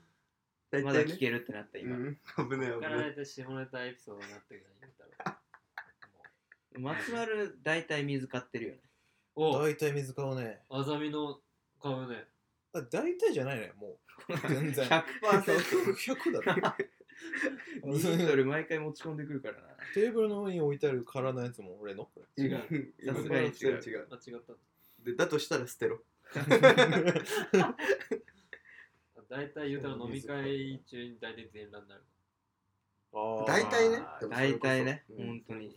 [SPEAKER 2] 大
[SPEAKER 3] まだ
[SPEAKER 2] 体
[SPEAKER 3] 聞
[SPEAKER 2] ね。
[SPEAKER 3] けるってなった今、
[SPEAKER 2] うん。危ね
[SPEAKER 5] こっ
[SPEAKER 2] え
[SPEAKER 5] か
[SPEAKER 2] 危
[SPEAKER 5] ら
[SPEAKER 2] ね
[SPEAKER 5] 出て下ネタエピソードになってくるから言うたら。も
[SPEAKER 3] 松丸大体水買ってるよね
[SPEAKER 5] お
[SPEAKER 4] 大体水買うね。
[SPEAKER 5] あざみの買うね
[SPEAKER 4] あ大体じゃないね、もう。全 然。100%。100だね。
[SPEAKER 3] 2リットル毎回持ち込んでくるからな
[SPEAKER 4] テーブルの上に置いてある空のやつも俺の。
[SPEAKER 5] 違う
[SPEAKER 2] 違う。
[SPEAKER 3] さすがに違う
[SPEAKER 2] 違う違う
[SPEAKER 5] あ違った
[SPEAKER 2] でだとしたら捨てろ。
[SPEAKER 5] 大体言うたら飲み会中に大体全裸になる
[SPEAKER 2] 大体ね
[SPEAKER 3] あー大体ね
[SPEAKER 2] でもそれこそうん
[SPEAKER 3] 本当に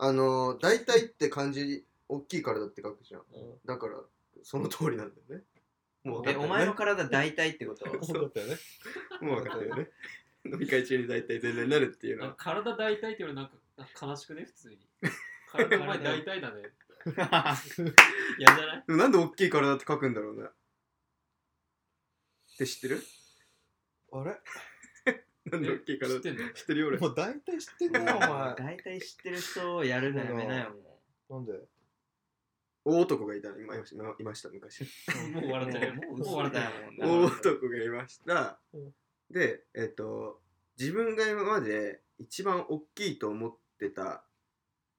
[SPEAKER 2] あのー、大体って漢字、大きい体って書くじゃん。
[SPEAKER 5] うん
[SPEAKER 2] だから、その通りなんだよね。 もう分
[SPEAKER 3] え
[SPEAKER 2] かったよね、
[SPEAKER 3] お前の体大体っ てこと
[SPEAKER 4] そうだったよね。
[SPEAKER 2] もう分かったよね。 飲み会中に大体全然なるっていうの
[SPEAKER 5] なん
[SPEAKER 2] は
[SPEAKER 5] か。体大体って俺なんか悲しくね普通に体お前大体だね嫌じゃない
[SPEAKER 2] でもなんで大きい体って書くんだろうね。って知ってる
[SPEAKER 4] あれ
[SPEAKER 2] なんで大きい体
[SPEAKER 5] 知
[SPEAKER 2] っ
[SPEAKER 5] っててんの
[SPEAKER 2] 知ってるよ俺。
[SPEAKER 4] もう大体知ってんな、お前。
[SPEAKER 3] 大体知ってる人をやるのやめなよも
[SPEAKER 4] なんで
[SPEAKER 2] 大男がいたの、今いましたいました昔。
[SPEAKER 5] もう
[SPEAKER 3] う
[SPEAKER 5] 笑ってる
[SPEAKER 3] も
[SPEAKER 5] も
[SPEAKER 3] う
[SPEAKER 5] う
[SPEAKER 3] 嘘
[SPEAKER 5] 笑って
[SPEAKER 3] だよ
[SPEAKER 5] る
[SPEAKER 3] もう
[SPEAKER 2] 大男がいました
[SPEAKER 4] うん。
[SPEAKER 2] で、えっ、と、自分が今まで一番大きいと思ってた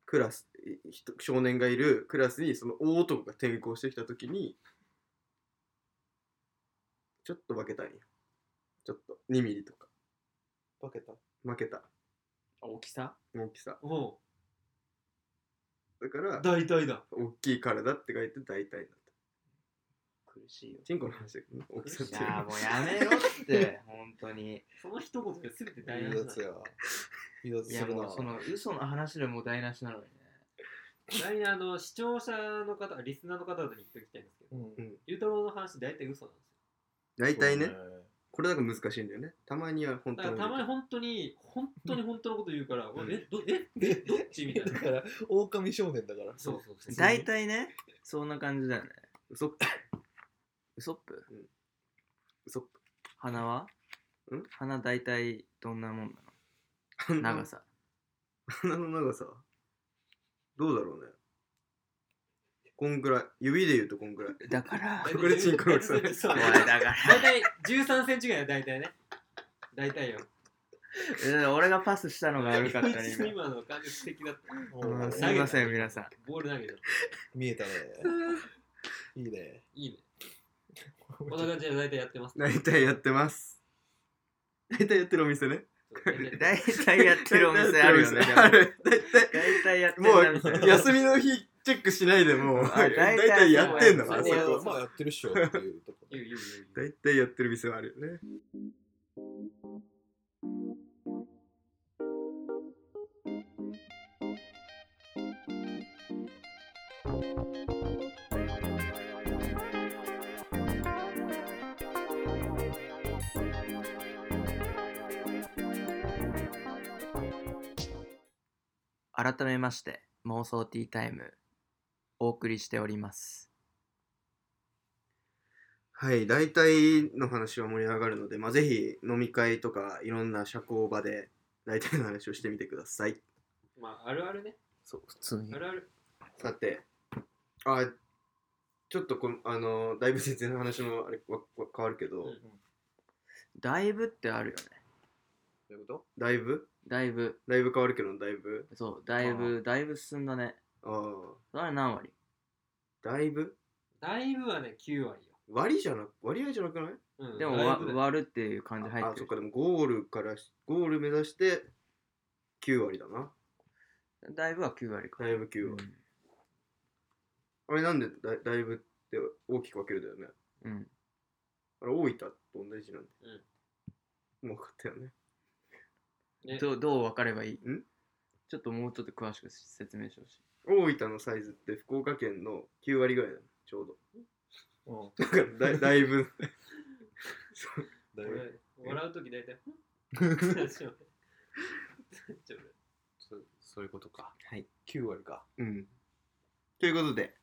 [SPEAKER 2] クラス、い人少年がいるクラスにその大男が転校してきたときに、ちょっと負けたんよ。ちょっと2ミリとか。
[SPEAKER 4] バケた。
[SPEAKER 2] 負けた
[SPEAKER 3] 大きさ
[SPEAKER 2] 大きさ。
[SPEAKER 5] も
[SPEAKER 2] だから
[SPEAKER 5] う、大体だ
[SPEAKER 2] 大きい体って書いて大体だっ
[SPEAKER 3] 苦しいよ
[SPEAKER 2] た。チンコの話だけどね、大きさっ
[SPEAKER 3] い
[SPEAKER 2] ていうの
[SPEAKER 3] や
[SPEAKER 2] は
[SPEAKER 3] ーもうやめろって本当に
[SPEAKER 5] その一言で全て大
[SPEAKER 4] 離
[SPEAKER 5] 事だ
[SPEAKER 4] 脱や。離脱
[SPEAKER 3] い
[SPEAKER 4] す
[SPEAKER 3] や
[SPEAKER 4] る
[SPEAKER 3] もう
[SPEAKER 4] な。
[SPEAKER 3] その嘘の話でもう台無しなのにね
[SPEAKER 5] ちなみにあの視聴者の方、リスナーの方々に言っておきたいんですけ
[SPEAKER 4] う
[SPEAKER 5] ど、
[SPEAKER 4] ん
[SPEAKER 5] ゆうたろうの話大体嘘なんで
[SPEAKER 2] 大
[SPEAKER 5] す
[SPEAKER 2] 体ね
[SPEAKER 4] そ、う
[SPEAKER 2] これだけ難しいんだよね。たまには本
[SPEAKER 5] よ。だ
[SPEAKER 2] 当
[SPEAKER 5] からたまに本当に、本当に本当のこと言うから、おいえ、ど、え、え、どっちみたい
[SPEAKER 4] だ
[SPEAKER 5] な。
[SPEAKER 4] から、狼少年だから。
[SPEAKER 5] そうそうそう。
[SPEAKER 3] 大体ねそんな感じだよね
[SPEAKER 2] 嘘っ
[SPEAKER 3] ウソップ
[SPEAKER 2] 嘘っ
[SPEAKER 3] 鼻は
[SPEAKER 2] ん
[SPEAKER 3] 鼻大体どんなもん
[SPEAKER 2] ぱ
[SPEAKER 3] なの長さ
[SPEAKER 2] 鼻の長さどうだろうねこんぐらい指で言うとこんぐらい
[SPEAKER 3] だから
[SPEAKER 5] 大体
[SPEAKER 2] これチンコの嘘
[SPEAKER 5] 大体そう
[SPEAKER 3] おいだから
[SPEAKER 5] 大体13センチぐらいだよ、大体ね。大体よ。
[SPEAKER 3] うん俺がパスしたのが 悪かったね今
[SPEAKER 5] 今の感じ素敵だった。
[SPEAKER 4] う
[SPEAKER 3] うん
[SPEAKER 4] ん
[SPEAKER 3] すいませ ん皆さん
[SPEAKER 5] ボール投げた。
[SPEAKER 4] 見えたね。 いい ね。
[SPEAKER 5] いいね。こんな感じで大体やってます。
[SPEAKER 2] 大体やってます大体やってるお店ね
[SPEAKER 5] そう大体
[SPEAKER 3] 大体やってるお店あるよね
[SPEAKER 2] 大
[SPEAKER 3] で
[SPEAKER 2] 体
[SPEAKER 3] も
[SPEAKER 2] やってるお店ある大体も
[SPEAKER 3] 大体やってるなみたいうな
[SPEAKER 2] 休みの日チェックしないでもう
[SPEAKER 3] あ大
[SPEAKER 2] 大
[SPEAKER 3] 体
[SPEAKER 2] 体やってんだ
[SPEAKER 3] そ
[SPEAKER 2] も
[SPEAKER 3] う
[SPEAKER 2] あ
[SPEAKER 3] んだ
[SPEAKER 2] そ
[SPEAKER 3] ね
[SPEAKER 2] こ
[SPEAKER 4] まあやってるっしょっていうとこ。
[SPEAKER 5] 言う言う言う言う
[SPEAKER 2] 大体やってる店はあるよね
[SPEAKER 3] 改めまして妄想ティータイムお送りしております
[SPEAKER 2] はい大体の話は盛り上がるので、まあ、ぜひ飲み会とかいろんな社交場で大体の話をしてみてください
[SPEAKER 5] まあ、あるあるね。
[SPEAKER 4] そう、普通に
[SPEAKER 5] あ。るある。
[SPEAKER 2] さて、あ、ちょっとこの、あの、だいぶ全然話のあれわわ変わるけど、
[SPEAKER 5] うん
[SPEAKER 3] だいぶってあるよね
[SPEAKER 4] どういうこ
[SPEAKER 2] だいぶ
[SPEAKER 3] だいぶ
[SPEAKER 2] だいぶ変わるけど、だいぶ
[SPEAKER 3] そうだいぶだいぶ進んだね
[SPEAKER 2] あ
[SPEAKER 3] あれ何割
[SPEAKER 2] あ、だいぶ
[SPEAKER 5] だいぶはね、9割よ。
[SPEAKER 2] 割じゃなく、割合じゃなくない
[SPEAKER 5] うん
[SPEAKER 3] でも
[SPEAKER 5] だい
[SPEAKER 3] わ
[SPEAKER 5] ぶだよ
[SPEAKER 3] 割るっていう感じ入
[SPEAKER 2] あ
[SPEAKER 3] っ
[SPEAKER 2] あ、
[SPEAKER 3] て
[SPEAKER 2] そっ
[SPEAKER 3] る
[SPEAKER 2] か、でもゴールからし、ゴール目指して9割だな。
[SPEAKER 3] だいぶは9割か
[SPEAKER 2] だいぶ9割。あれなんでだだいぶって大きく分けるだよね。
[SPEAKER 3] うんうん
[SPEAKER 2] あれ、大分と同じなんで。もう分かったよね。
[SPEAKER 5] ね
[SPEAKER 3] どうどう分かればいい
[SPEAKER 2] ん
[SPEAKER 3] ちょっともうちょっと詳しく説明してほしい
[SPEAKER 2] 大分のサイズって福岡県の9割ぐらいだよ、ちょうど。
[SPEAKER 4] と
[SPEAKER 2] だからだ い、だいぶ。
[SPEAKER 4] うん。だいぶ。
[SPEAKER 5] 俺笑うとき大体、 ふんってなっちゃうなっちゃう
[SPEAKER 4] そそういうことか。
[SPEAKER 3] はい。
[SPEAKER 4] 9割か。
[SPEAKER 2] うん。ということで、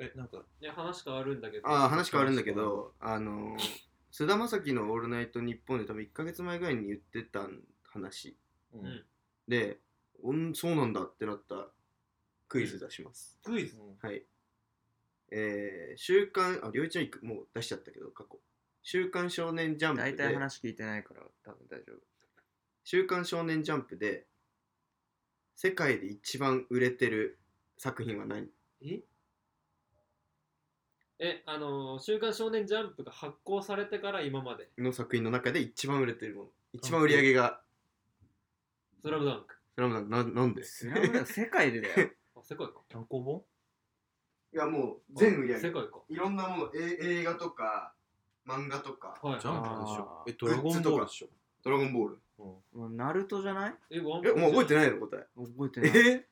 [SPEAKER 4] え、なんか、
[SPEAKER 5] ね話変わるんだけど。
[SPEAKER 2] あー話変わるんだけど、あのー、菅田将暉の「オールナイトニッポン」で多分1ヶ月前ぐらいに言ってた話
[SPEAKER 4] う
[SPEAKER 5] うん。
[SPEAKER 2] で、うん、そうなんだってなったクイズ出します。
[SPEAKER 5] クイズ。
[SPEAKER 2] はい。えー、週刊、あ、りょうちゃんいく、もう出しちゃったけど、過去。週刊少年ジャン
[SPEAKER 3] 大
[SPEAKER 2] プ
[SPEAKER 3] 体
[SPEAKER 2] で、
[SPEAKER 3] 話聞いてないから多分大丈夫
[SPEAKER 2] 週刊少年ジャンプで、世界で一番売れてる作品は何
[SPEAKER 5] ええ、あのー週刊少年ジャンプが発行されてから今まで。
[SPEAKER 2] の作品の中で一番売れてるもの一番売り上げが
[SPEAKER 5] スラムダンク。
[SPEAKER 2] スラムダンクななんで
[SPEAKER 3] スラムダンク世界でだ よ。
[SPEAKER 5] あ、世界か。
[SPEAKER 4] 単行本
[SPEAKER 2] いやもう
[SPEAKER 5] 世界か。
[SPEAKER 2] いろんなものえ映画とか漫画とか
[SPEAKER 5] はい。
[SPEAKER 4] ジャンプでし
[SPEAKER 3] あ
[SPEAKER 4] ょ
[SPEAKER 3] ー
[SPEAKER 4] え、ドラゴンボールでしょ
[SPEAKER 2] ドラゴンボール
[SPEAKER 3] もうナルトじゃない
[SPEAKER 5] え、ワン
[SPEAKER 2] えもう覚えて
[SPEAKER 5] ない
[SPEAKER 2] ないの答え
[SPEAKER 3] 覚えてない。
[SPEAKER 2] え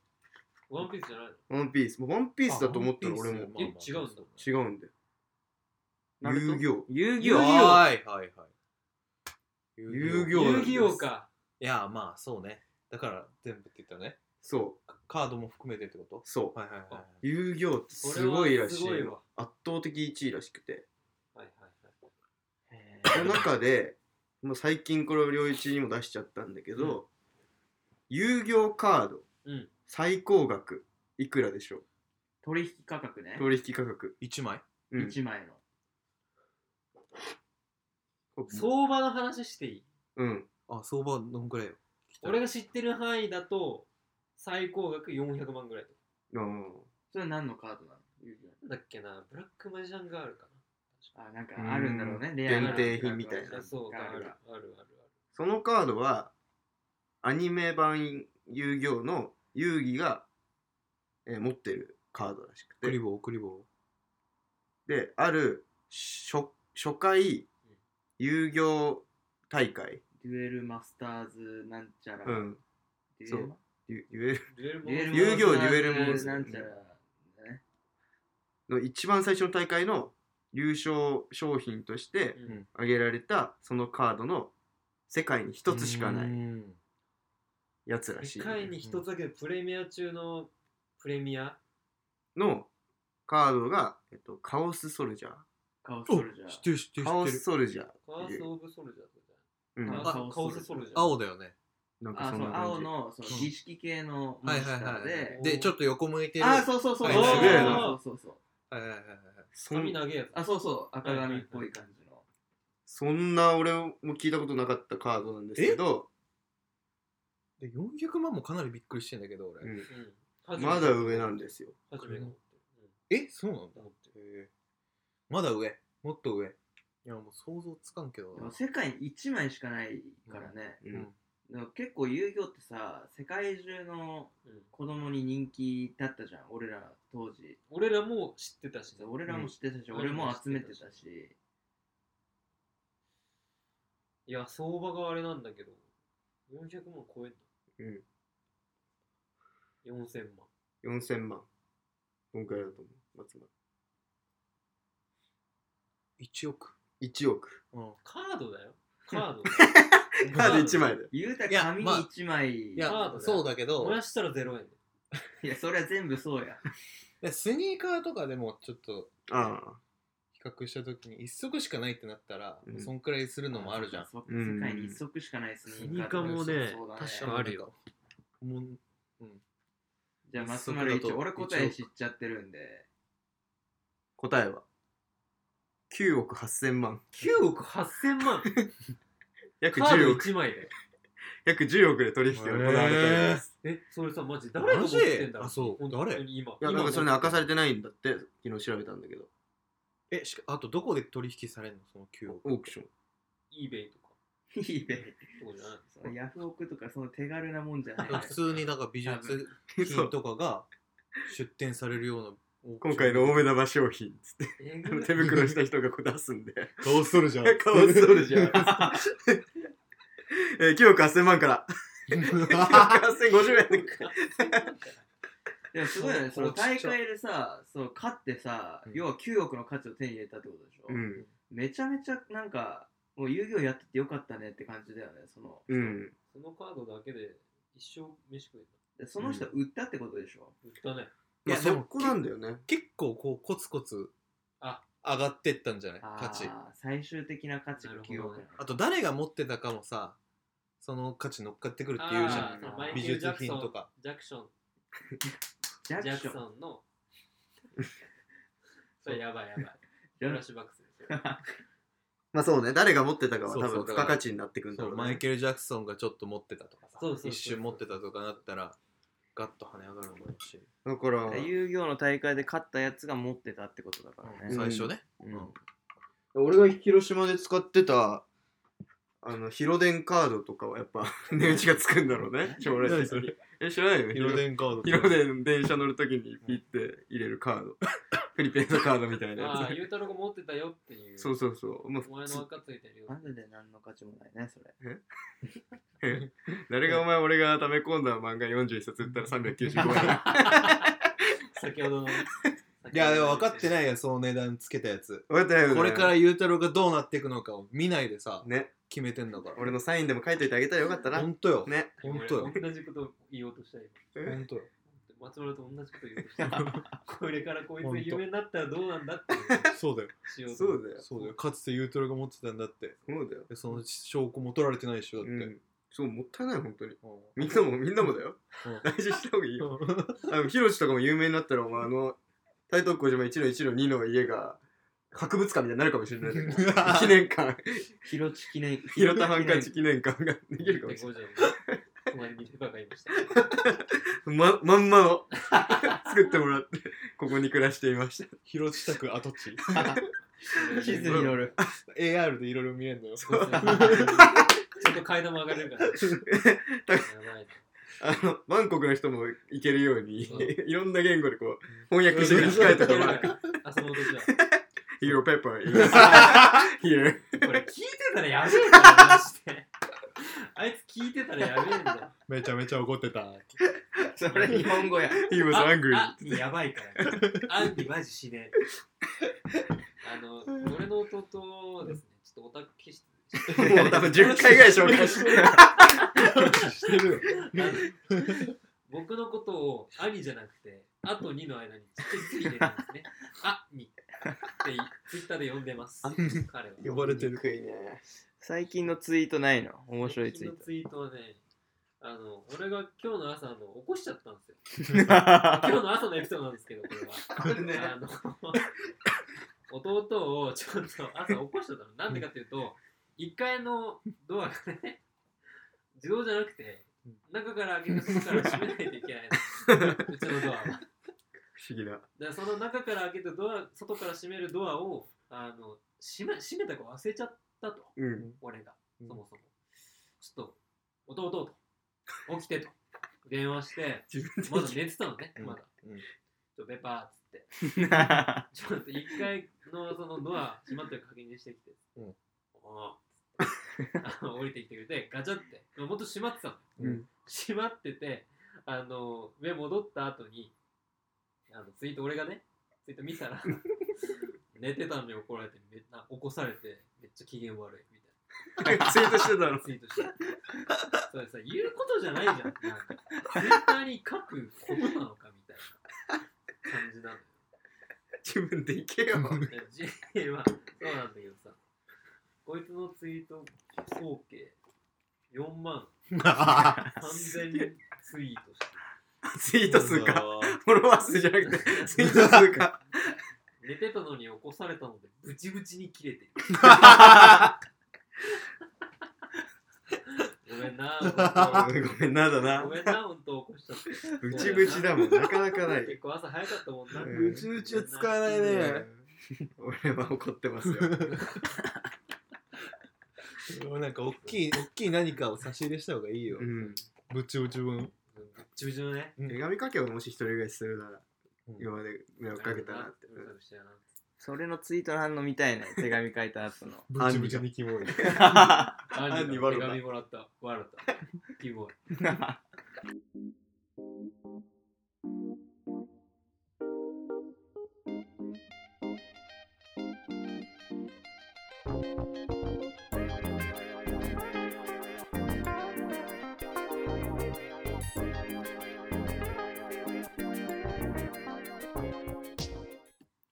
[SPEAKER 5] ワンピースじゃないの
[SPEAKER 2] ワンピースもうワンピースだと思ったの
[SPEAKER 4] あ
[SPEAKER 2] 俺
[SPEAKER 4] ワンピー
[SPEAKER 2] も
[SPEAKER 4] スまあまあ
[SPEAKER 5] え違うん
[SPEAKER 2] 違
[SPEAKER 5] だ
[SPEAKER 2] うんだよ
[SPEAKER 3] ナルト
[SPEAKER 2] 遊戯王
[SPEAKER 3] 遊
[SPEAKER 4] 遊
[SPEAKER 3] 戯
[SPEAKER 4] 戯王
[SPEAKER 3] 王
[SPEAKER 4] はいはいはい。
[SPEAKER 2] 遊戯
[SPEAKER 5] 遊
[SPEAKER 2] 王なんです
[SPEAKER 5] 戯王か。
[SPEAKER 4] いや、まあそうね。だから全部って言ったね。
[SPEAKER 2] そう
[SPEAKER 4] カカードも含めてってこと
[SPEAKER 2] そう
[SPEAKER 4] はいはいはいはい。
[SPEAKER 2] 遊戯王って
[SPEAKER 5] これは
[SPEAKER 2] すごいらしい
[SPEAKER 5] すごいわ。
[SPEAKER 2] 圧倒的1位らしくて
[SPEAKER 5] はいはい
[SPEAKER 3] へ
[SPEAKER 2] その中で もう最近これを両一にも出しちゃったんだけど、遊戯王カード、
[SPEAKER 5] うん
[SPEAKER 2] 最高額いくらでしょう
[SPEAKER 3] 取引価格ね。
[SPEAKER 2] 取引価格、
[SPEAKER 4] 一枚
[SPEAKER 2] うん、
[SPEAKER 3] 1枚の。
[SPEAKER 5] はい。相場の話していい
[SPEAKER 2] うん
[SPEAKER 4] あ、相場どんくらいよ。
[SPEAKER 5] 俺が知ってる範囲だと、最高額400万ぐらい。
[SPEAKER 2] あー
[SPEAKER 3] それは何のカードなの遊戯
[SPEAKER 5] なんだっけな、ブラックマジャンがあるか
[SPEAKER 3] 王。あ、なんかあるんだろうね。レア
[SPEAKER 5] 限
[SPEAKER 3] な
[SPEAKER 2] 定品みたい
[SPEAKER 5] な。
[SPEAKER 2] な
[SPEAKER 5] あそう、あ
[SPEAKER 3] カード
[SPEAKER 5] る
[SPEAKER 3] が
[SPEAKER 5] あるある
[SPEAKER 2] そのカードはアニメ版遊戯王の遊戯が、えー持ってるカードらしく
[SPEAKER 4] クリ
[SPEAKER 2] て
[SPEAKER 4] ボー、クリボ
[SPEAKER 2] である初初回遊戯王大会、
[SPEAKER 3] デュエルマスターズなんちゃら。
[SPEAKER 2] うん、
[SPEAKER 3] デ
[SPEAKER 2] そ
[SPEAKER 3] ュエル
[SPEAKER 2] う言える
[SPEAKER 5] ある。デュエルモン
[SPEAKER 3] デュエル
[SPEAKER 2] 遊戯王
[SPEAKER 3] マスターズ
[SPEAKER 2] デュエルモンスターズ
[SPEAKER 3] なんちゃら。ね
[SPEAKER 2] の一番最初の大会の優勝商品として
[SPEAKER 5] うん
[SPEAKER 2] 挙げられたそのカードの世界に一
[SPEAKER 4] ー。
[SPEAKER 2] つしかな
[SPEAKER 4] う
[SPEAKER 2] い
[SPEAKER 4] ん。
[SPEAKER 2] やつらし
[SPEAKER 5] 世
[SPEAKER 2] い
[SPEAKER 5] 界に一つだけプレミア中のプレミア
[SPEAKER 2] のカードが、えっと、カオスソルジャ
[SPEAKER 3] カオス
[SPEAKER 4] お
[SPEAKER 3] ソルジャー
[SPEAKER 4] 知ってる知って
[SPEAKER 2] ー
[SPEAKER 4] る
[SPEAKER 2] カオ
[SPEAKER 4] 知っ
[SPEAKER 2] ス
[SPEAKER 4] てる。
[SPEAKER 2] ソルジャー
[SPEAKER 5] カー
[SPEAKER 2] てい
[SPEAKER 5] ス・
[SPEAKER 2] う
[SPEAKER 5] オブ・ソルジャーとか
[SPEAKER 2] うん
[SPEAKER 5] じゃない
[SPEAKER 3] あ
[SPEAKER 5] カオス・ソルジャー。
[SPEAKER 4] 青だよね。
[SPEAKER 2] なんか
[SPEAKER 3] あ
[SPEAKER 2] そ
[SPEAKER 3] そ
[SPEAKER 2] ん
[SPEAKER 3] う
[SPEAKER 2] な感
[SPEAKER 3] 青
[SPEAKER 2] じ
[SPEAKER 3] のその
[SPEAKER 4] うん
[SPEAKER 3] 儀式系のモ
[SPEAKER 4] は
[SPEAKER 3] ン
[SPEAKER 4] い
[SPEAKER 3] ス
[SPEAKER 4] は
[SPEAKER 3] タ
[SPEAKER 4] い
[SPEAKER 3] ー
[SPEAKER 4] はいは
[SPEAKER 3] で
[SPEAKER 4] い。、で、ちょっと横向いてる。
[SPEAKER 3] あそうそうそう
[SPEAKER 4] はい
[SPEAKER 3] そう
[SPEAKER 2] すげえな
[SPEAKER 3] そうそうそう
[SPEAKER 4] はいはいはいはい。
[SPEAKER 2] そん
[SPEAKER 5] 髪投げやつ。
[SPEAKER 3] あそうそう赤髪っぽい感じの
[SPEAKER 2] そんな俺も聞いたことなかったカードなんですけど、
[SPEAKER 4] で、400万もかなりびっくりしてんだけど、
[SPEAKER 2] う
[SPEAKER 4] 俺。
[SPEAKER 2] ん
[SPEAKER 5] うん
[SPEAKER 2] まだ上なん。ですよ
[SPEAKER 5] 初めて思ってるうん
[SPEAKER 4] え、そうなんだ。へーまだ上。もっと上。いや、もう想像つかんけど
[SPEAKER 3] で
[SPEAKER 4] な
[SPEAKER 3] も。世界に1枚しかないからね、
[SPEAKER 2] う
[SPEAKER 4] うんん。
[SPEAKER 3] でも結構遊戯王ってさ世界中の
[SPEAKER 5] うん
[SPEAKER 3] 子供に人気だったじゃん俺ら当時
[SPEAKER 5] 俺らも知ってたしね、
[SPEAKER 3] 俺らも知ってたし、
[SPEAKER 5] うん
[SPEAKER 3] 俺も集めてたし、
[SPEAKER 5] いや、相場があれなんだけど、400万超えんのうん。4000万。
[SPEAKER 2] 4000万どんくらいだと思う松丸
[SPEAKER 4] 1億。
[SPEAKER 2] 1億
[SPEAKER 4] うん。
[SPEAKER 5] カードだよ。カード。
[SPEAKER 2] カード1枚だよ
[SPEAKER 3] 言うた
[SPEAKER 4] いや
[SPEAKER 3] ら紙
[SPEAKER 4] まあ
[SPEAKER 3] 1枚
[SPEAKER 4] い
[SPEAKER 3] いや,、
[SPEAKER 4] や
[SPEAKER 5] カードだよ、
[SPEAKER 4] そうだけど
[SPEAKER 5] 燃、やしたら0円。
[SPEAKER 3] それは全部そうや
[SPEAKER 4] でスニーカーとかでもちょっと
[SPEAKER 2] ああ
[SPEAKER 4] 比較したときに、一足しかないってなったら、
[SPEAKER 2] うん
[SPEAKER 4] そんくらいするのもあるじゃん。
[SPEAKER 3] そっか世界に一足しかないスニーカー
[SPEAKER 5] スニーカーもね
[SPEAKER 3] そうだ
[SPEAKER 5] 確か
[SPEAKER 4] なんか
[SPEAKER 5] あるよ。
[SPEAKER 4] もう
[SPEAKER 3] じゃあ松丸一
[SPEAKER 4] 一
[SPEAKER 3] 応
[SPEAKER 4] 応
[SPEAKER 3] 俺答え知っちゃってるんで
[SPEAKER 2] 答えは9億8000万
[SPEAKER 5] 9億8000万
[SPEAKER 2] 約
[SPEAKER 5] カー
[SPEAKER 2] 10
[SPEAKER 5] ド
[SPEAKER 2] 億
[SPEAKER 5] 1枚で。
[SPEAKER 2] 約10億で取引が行われたみたいです
[SPEAKER 5] え、それさ、マジ誰が持ってんだろ
[SPEAKER 4] マジあそう
[SPEAKER 5] 本当に今。
[SPEAKER 2] いやなんかそれね
[SPEAKER 5] 今
[SPEAKER 2] 明かされてないんだって昨日調べたんだけど
[SPEAKER 4] え、しかあとどこで取引されるのその9億。
[SPEAKER 2] オークション
[SPEAKER 5] eBay とか。
[SPEAKER 3] いいね
[SPEAKER 5] そうじゃない
[SPEAKER 3] そ のヤフオクとかその手軽なもんじゃない。
[SPEAKER 4] 普通になんか美術
[SPEAKER 2] そ
[SPEAKER 4] 品
[SPEAKER 2] う
[SPEAKER 4] とかが出展されるようなオークシ
[SPEAKER 2] 今
[SPEAKER 4] ョン。
[SPEAKER 2] 回の大目玉商品つ って
[SPEAKER 5] えぐい
[SPEAKER 2] 手袋した人がこう出すんで
[SPEAKER 4] どうするじ ゃん
[SPEAKER 2] カオスソルジャー。えー、9億8000万から。9億8050円。
[SPEAKER 3] でもすごいよね。その
[SPEAKER 4] こうちっちゃ
[SPEAKER 3] 大会でさ、その勝ってさ、
[SPEAKER 4] うん
[SPEAKER 3] 要は9億の価値を手に入れたってことでしょ。
[SPEAKER 2] うん。
[SPEAKER 3] めちゃめちゃなんか、もう遊戯王やっててよかったねって感じだよね。その
[SPEAKER 2] うん。
[SPEAKER 5] そのカードだけで一生飯食え
[SPEAKER 3] でその人売ったってことでしょ。
[SPEAKER 5] た。売ったね。
[SPEAKER 4] い
[SPEAKER 2] ま
[SPEAKER 4] やで
[SPEAKER 2] あ、そ
[SPEAKER 4] も
[SPEAKER 2] こなんだよね。
[SPEAKER 4] 結構こうコツコツ上
[SPEAKER 5] あ
[SPEAKER 4] がってったんじゃない
[SPEAKER 3] あ
[SPEAKER 4] 価値。
[SPEAKER 3] ー最終的な価値が9億なの
[SPEAKER 4] あと誰が持ってたかもさ、その価値乗っかってくるっていうじゃ
[SPEAKER 5] あ
[SPEAKER 4] ん。
[SPEAKER 5] ーマイケ
[SPEAKER 4] 美
[SPEAKER 5] ルジ
[SPEAKER 4] 術
[SPEAKER 5] ャク
[SPEAKER 4] 品
[SPEAKER 5] ソン
[SPEAKER 4] とか。
[SPEAKER 5] ジャクション、
[SPEAKER 3] ジャ
[SPEAKER 5] ジ
[SPEAKER 3] ク
[SPEAKER 5] ャ
[SPEAKER 3] シ
[SPEAKER 5] ク
[SPEAKER 3] ョン。
[SPEAKER 5] ソンの。 それやばいやばい。
[SPEAKER 3] ジャ
[SPEAKER 5] フラッシュバックする。
[SPEAKER 2] まあそうね。誰が持ってたかは
[SPEAKER 4] そう
[SPEAKER 2] 多
[SPEAKER 4] そう
[SPEAKER 2] 分付加価値になってくるんだ
[SPEAKER 4] そ
[SPEAKER 2] ろ
[SPEAKER 4] う
[SPEAKER 2] う
[SPEAKER 4] マイ
[SPEAKER 2] ね。
[SPEAKER 4] ケル・ジャクソンがちょっと持ってたとかさ
[SPEAKER 5] そうそうそう
[SPEAKER 4] 一瞬持ってたとかなったらガッと跳ね上がるのもいいし、
[SPEAKER 2] だから、
[SPEAKER 3] 遊戯王の大会で勝ったやつが持ってたってことだから
[SPEAKER 2] うん
[SPEAKER 3] ね。
[SPEAKER 4] 最初ね、
[SPEAKER 3] うん
[SPEAKER 2] 俺が広島で使ってた、あの、広電カードとかはやっぱ、 値打ちがつくんだろうね。将来
[SPEAKER 5] 何
[SPEAKER 2] 的
[SPEAKER 5] そ
[SPEAKER 2] に
[SPEAKER 5] れ。
[SPEAKER 2] え、知らないよ。
[SPEAKER 4] 広電カード
[SPEAKER 2] 広電電車乗るときにピッて入れるカード。プリペイドカードみたいな
[SPEAKER 5] あ
[SPEAKER 2] や
[SPEAKER 5] あ、ゆうたろうが持ってたよっていう。
[SPEAKER 2] つ。そうそうそう。もう
[SPEAKER 5] お 前の赤ついてるよ。
[SPEAKER 3] マジで何の価値もないね、それ。
[SPEAKER 2] 誰がお前俺が溜め込んだ漫画41冊売ったら395円。
[SPEAKER 5] 先ほどの。
[SPEAKER 4] いやでも分かって
[SPEAKER 5] い。
[SPEAKER 4] ないよその値段つけたやつ
[SPEAKER 2] 分かってないよね。
[SPEAKER 4] これからゆうたろうがどうなっていくのかを見ないでさ
[SPEAKER 2] ね、
[SPEAKER 4] 決めてんだから
[SPEAKER 2] 俺のサインでも書いといてあげたらよかったな。
[SPEAKER 4] 本当よ
[SPEAKER 2] ね。
[SPEAKER 4] 本当よ
[SPEAKER 5] 俺同じこと言おうとしたよ。
[SPEAKER 4] 本当よ
[SPEAKER 5] 松村と同じこと言おうとし たよ。これからこいつが有名になったらどうなんだって
[SPEAKER 4] そうだよ
[SPEAKER 5] しようと
[SPEAKER 2] そ
[SPEAKER 5] 思っ
[SPEAKER 2] うだよ。
[SPEAKER 4] そうだよかつてゆうたろうが持ってたんだって
[SPEAKER 2] そうだよ。
[SPEAKER 4] でその証拠も取られてないでしょだっ
[SPEAKER 2] う
[SPEAKER 4] て、うん
[SPEAKER 2] ん。そう、もったいない、本当に。みんなも、みんなもだよ。大事にした方がいいよ。あの、ヒロシとかも有名になったら、お前あの、台東小島1の1の2の家が、博物館みたいになるかもしれないね。記念館、
[SPEAKER 3] 広地記念。
[SPEAKER 2] 広田繁華地記念館がで
[SPEAKER 5] て。
[SPEAKER 2] きるかもしれ
[SPEAKER 5] れない。隣に手羽がい ました。
[SPEAKER 2] ない。ま、まんまの、作ってもらって、ここに暮らしていました。
[SPEAKER 4] 広地区跡地
[SPEAKER 3] 地図に乗る。
[SPEAKER 4] AR でいろいろ見えるのよ
[SPEAKER 5] ちょっと階段も上がれるから。やばい。
[SPEAKER 2] あの、バンコクの人も行けるように
[SPEAKER 5] そ う、
[SPEAKER 2] いろんな言語でこう、翻訳してる機械とかもあるから、
[SPEAKER 5] あ、その音じ
[SPEAKER 2] Hero Pepper is
[SPEAKER 5] ゃ。
[SPEAKER 2] here.
[SPEAKER 5] これ聞いてたらやべえんだよ、マジで。あいつ聞いてたらやべえんだよ。
[SPEAKER 4] めちゃめちゃ怒ってた
[SPEAKER 3] それ日本語や。
[SPEAKER 2] He was
[SPEAKER 5] あ
[SPEAKER 2] angry.
[SPEAKER 5] あやばいから、ね。アンディマジ死ね。あの、俺の弟ですね、ちょっとオタク気質。
[SPEAKER 2] もう多分10回ぐらい紹介してる。
[SPEAKER 4] して るよ
[SPEAKER 5] あの僕のことを兄じゃなくて、あと2の間にちっちゃいついてるんですね。あにってツイッターで呼んでます。彼は。
[SPEAKER 4] 呼ばれてる
[SPEAKER 3] 最近のツイートないの面白いツイ
[SPEAKER 5] 最近
[SPEAKER 3] ー
[SPEAKER 5] のツイートはね、あの、俺が今日の朝、あの、起こしちゃったんですよ。
[SPEAKER 3] ト。
[SPEAKER 5] 今日の朝のエピソードなんですけど、これは。あの 弟をちょっと朝起こしてたの。なんでかっていうと、1階のドアがね、自動じゃなくて、中から開けた時から閉めないといけないの。うちのドアは。だか
[SPEAKER 2] 不思議な。
[SPEAKER 5] らその中から開けたドア、外から閉めるドアを、あの、閉め閉めたか忘れちゃったと、
[SPEAKER 2] うん。
[SPEAKER 5] 俺が、
[SPEAKER 4] う
[SPEAKER 5] そ
[SPEAKER 4] ん
[SPEAKER 5] もそも。ちょっと、弟と、起き てと、電話して、
[SPEAKER 2] 自分で
[SPEAKER 5] まだ寝てたのね、まだ。
[SPEAKER 4] うん
[SPEAKER 5] ちょ、ペパーっつって。ちょっと一回のそのドア閉まってる確認してきて、
[SPEAKER 4] うん
[SPEAKER 5] おーあの降りてきてくれて、ガチャって、もと閉まってたの。
[SPEAKER 2] うん
[SPEAKER 5] 閉まってて、あの、上戻った後に、あのツイート、俺がね、ツイート見 たら、寝てたのに怒られて、めっな起こされて、めっちゃ機嫌悪いみたい
[SPEAKER 2] ツイートしてた
[SPEAKER 5] な。
[SPEAKER 2] の。
[SPEAKER 5] ツイートして。それさ、言うことじゃないじゃん。なんか、ツイッターに書くことなのかみたいな感じなのよ。
[SPEAKER 2] 自分で行けよ。
[SPEAKER 5] いや J はそうなんだけどさこいつのツイート総計4万3000ツイートして
[SPEAKER 2] ツイート数か。フォロワー数じゃなくて、 ツイート数か。
[SPEAKER 5] 寝てたのに起こされたのでブチブチに切れ てるごめ んな
[SPEAKER 2] ご
[SPEAKER 5] 本
[SPEAKER 2] めんなだ
[SPEAKER 5] 当
[SPEAKER 2] な
[SPEAKER 5] ご。めんな本当起こしちゃっ て
[SPEAKER 2] ブチブチだもん、なかなかない。
[SPEAKER 5] 結構朝早かったもんな
[SPEAKER 2] うんブ
[SPEAKER 4] チブチは使わないね
[SPEAKER 2] 俺は怒って ますよ。
[SPEAKER 4] もうなんか大きい大きい何かを差し入れした方がいいよ
[SPEAKER 2] うん。
[SPEAKER 4] ぶちぶち分
[SPEAKER 5] ブチブチのね
[SPEAKER 2] 手紙かけをもし一人暮らしするなら、
[SPEAKER 4] うん
[SPEAKER 2] 今まで迷惑かけたなって。
[SPEAKER 5] うるさくしてやな
[SPEAKER 3] それのツイートの反応見たいね。手紙書いた 後の。
[SPEAKER 4] ぶちぶちにキモい
[SPEAKER 5] アンデ
[SPEAKER 2] 笑
[SPEAKER 5] ィの
[SPEAKER 2] う
[SPEAKER 5] 手
[SPEAKER 2] な
[SPEAKER 5] 紙もらった笑ったキモい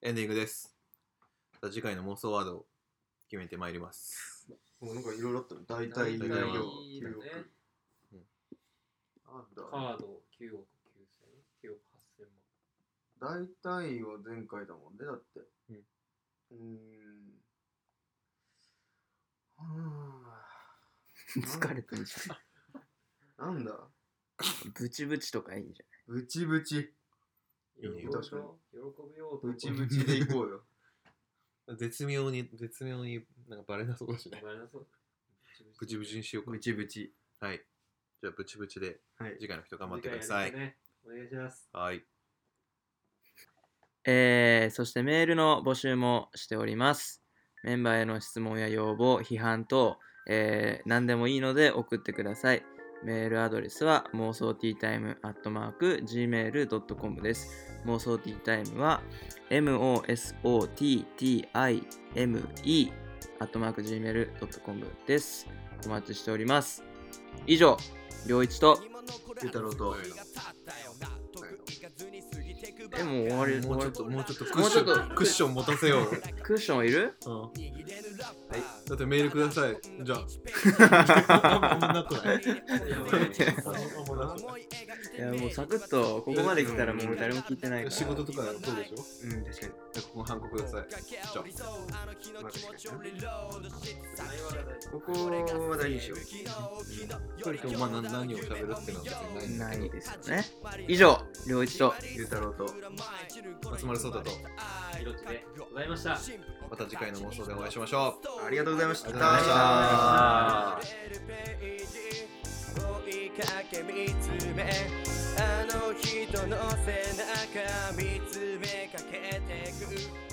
[SPEAKER 4] エンディングですさあ次回の妄想ワードを決めてまいります
[SPEAKER 2] もうなんかいろいろあったの。大
[SPEAKER 4] 体
[SPEAKER 2] 体、大
[SPEAKER 5] 大
[SPEAKER 4] だ
[SPEAKER 2] 体
[SPEAKER 4] ね、
[SPEAKER 2] 9億。
[SPEAKER 5] カ
[SPEAKER 2] な
[SPEAKER 5] ード9億9000 9億8000万
[SPEAKER 2] んだ。大体は前回だもんね、だって。
[SPEAKER 4] うん
[SPEAKER 2] うーん。は
[SPEAKER 3] 疲れてるじ
[SPEAKER 2] あなんだ
[SPEAKER 3] ゃん。ブチブチとかいいんじゃない
[SPEAKER 2] ブチブチ。
[SPEAKER 5] 喜ぶよ。
[SPEAKER 2] 確か
[SPEAKER 5] 喜ぶよ。
[SPEAKER 2] ブチブチでいこうよ。
[SPEAKER 4] 絶妙に、絶妙になんかバレなそうだし
[SPEAKER 5] ご
[SPEAKER 4] ね。
[SPEAKER 5] めんなさい。
[SPEAKER 4] ブチブチにしようか
[SPEAKER 2] ブ。チブチ。
[SPEAKER 4] はい。じゃあ、ブチブチで
[SPEAKER 2] はい。
[SPEAKER 4] 次回の人頑張ってください
[SPEAKER 5] 次。回やりますねお願いします。
[SPEAKER 4] はい。
[SPEAKER 3] えーそしてメールの募集もしております。メンバーへの質問や要望、批判等、えー何でもいいので送ってください。メールアドレスは妄想ティータイムアットマーク gmail.com です。妄想ティータイムは mosottime アットマーク gmail.com です。お待ちしております。以上、りょういちと、
[SPEAKER 2] ゆうたろうと。
[SPEAKER 3] え、もう終わり、
[SPEAKER 4] もうちょっ
[SPEAKER 3] 終
[SPEAKER 4] と、
[SPEAKER 3] わ
[SPEAKER 4] もうちょっとク
[SPEAKER 3] も
[SPEAKER 4] ッ
[SPEAKER 3] う
[SPEAKER 4] シ
[SPEAKER 3] ちょっと
[SPEAKER 4] ョン、クッション持たせよう。
[SPEAKER 3] りクッションいる
[SPEAKER 4] はい。だってメールください。じゃあ。。
[SPEAKER 2] あんまなくない
[SPEAKER 3] いやもうサクッとここまで来たらもう誰も聞いてないから
[SPEAKER 4] 仕事とかそうでしょじ
[SPEAKER 2] うん、確かに。
[SPEAKER 4] ゃあここ反告ください。じゃあ。
[SPEAKER 2] まあ、確かにここは大事にしよ
[SPEAKER 4] それとまあ何何を喋るっていうのは別にな
[SPEAKER 3] ない
[SPEAKER 4] ん
[SPEAKER 3] い
[SPEAKER 4] で
[SPEAKER 3] ですすよね以上良一と
[SPEAKER 2] う。ゆうたろうと。
[SPEAKER 4] けど松丸聡太と
[SPEAKER 5] ひろちでございました。
[SPEAKER 4] また次回の妄想でお会いしましょう
[SPEAKER 2] ありがとうございまし
[SPEAKER 4] あ
[SPEAKER 2] た。
[SPEAKER 4] りがとうございました
[SPEAKER 6] 追いかけ見つめあの人の背中見つめかけてく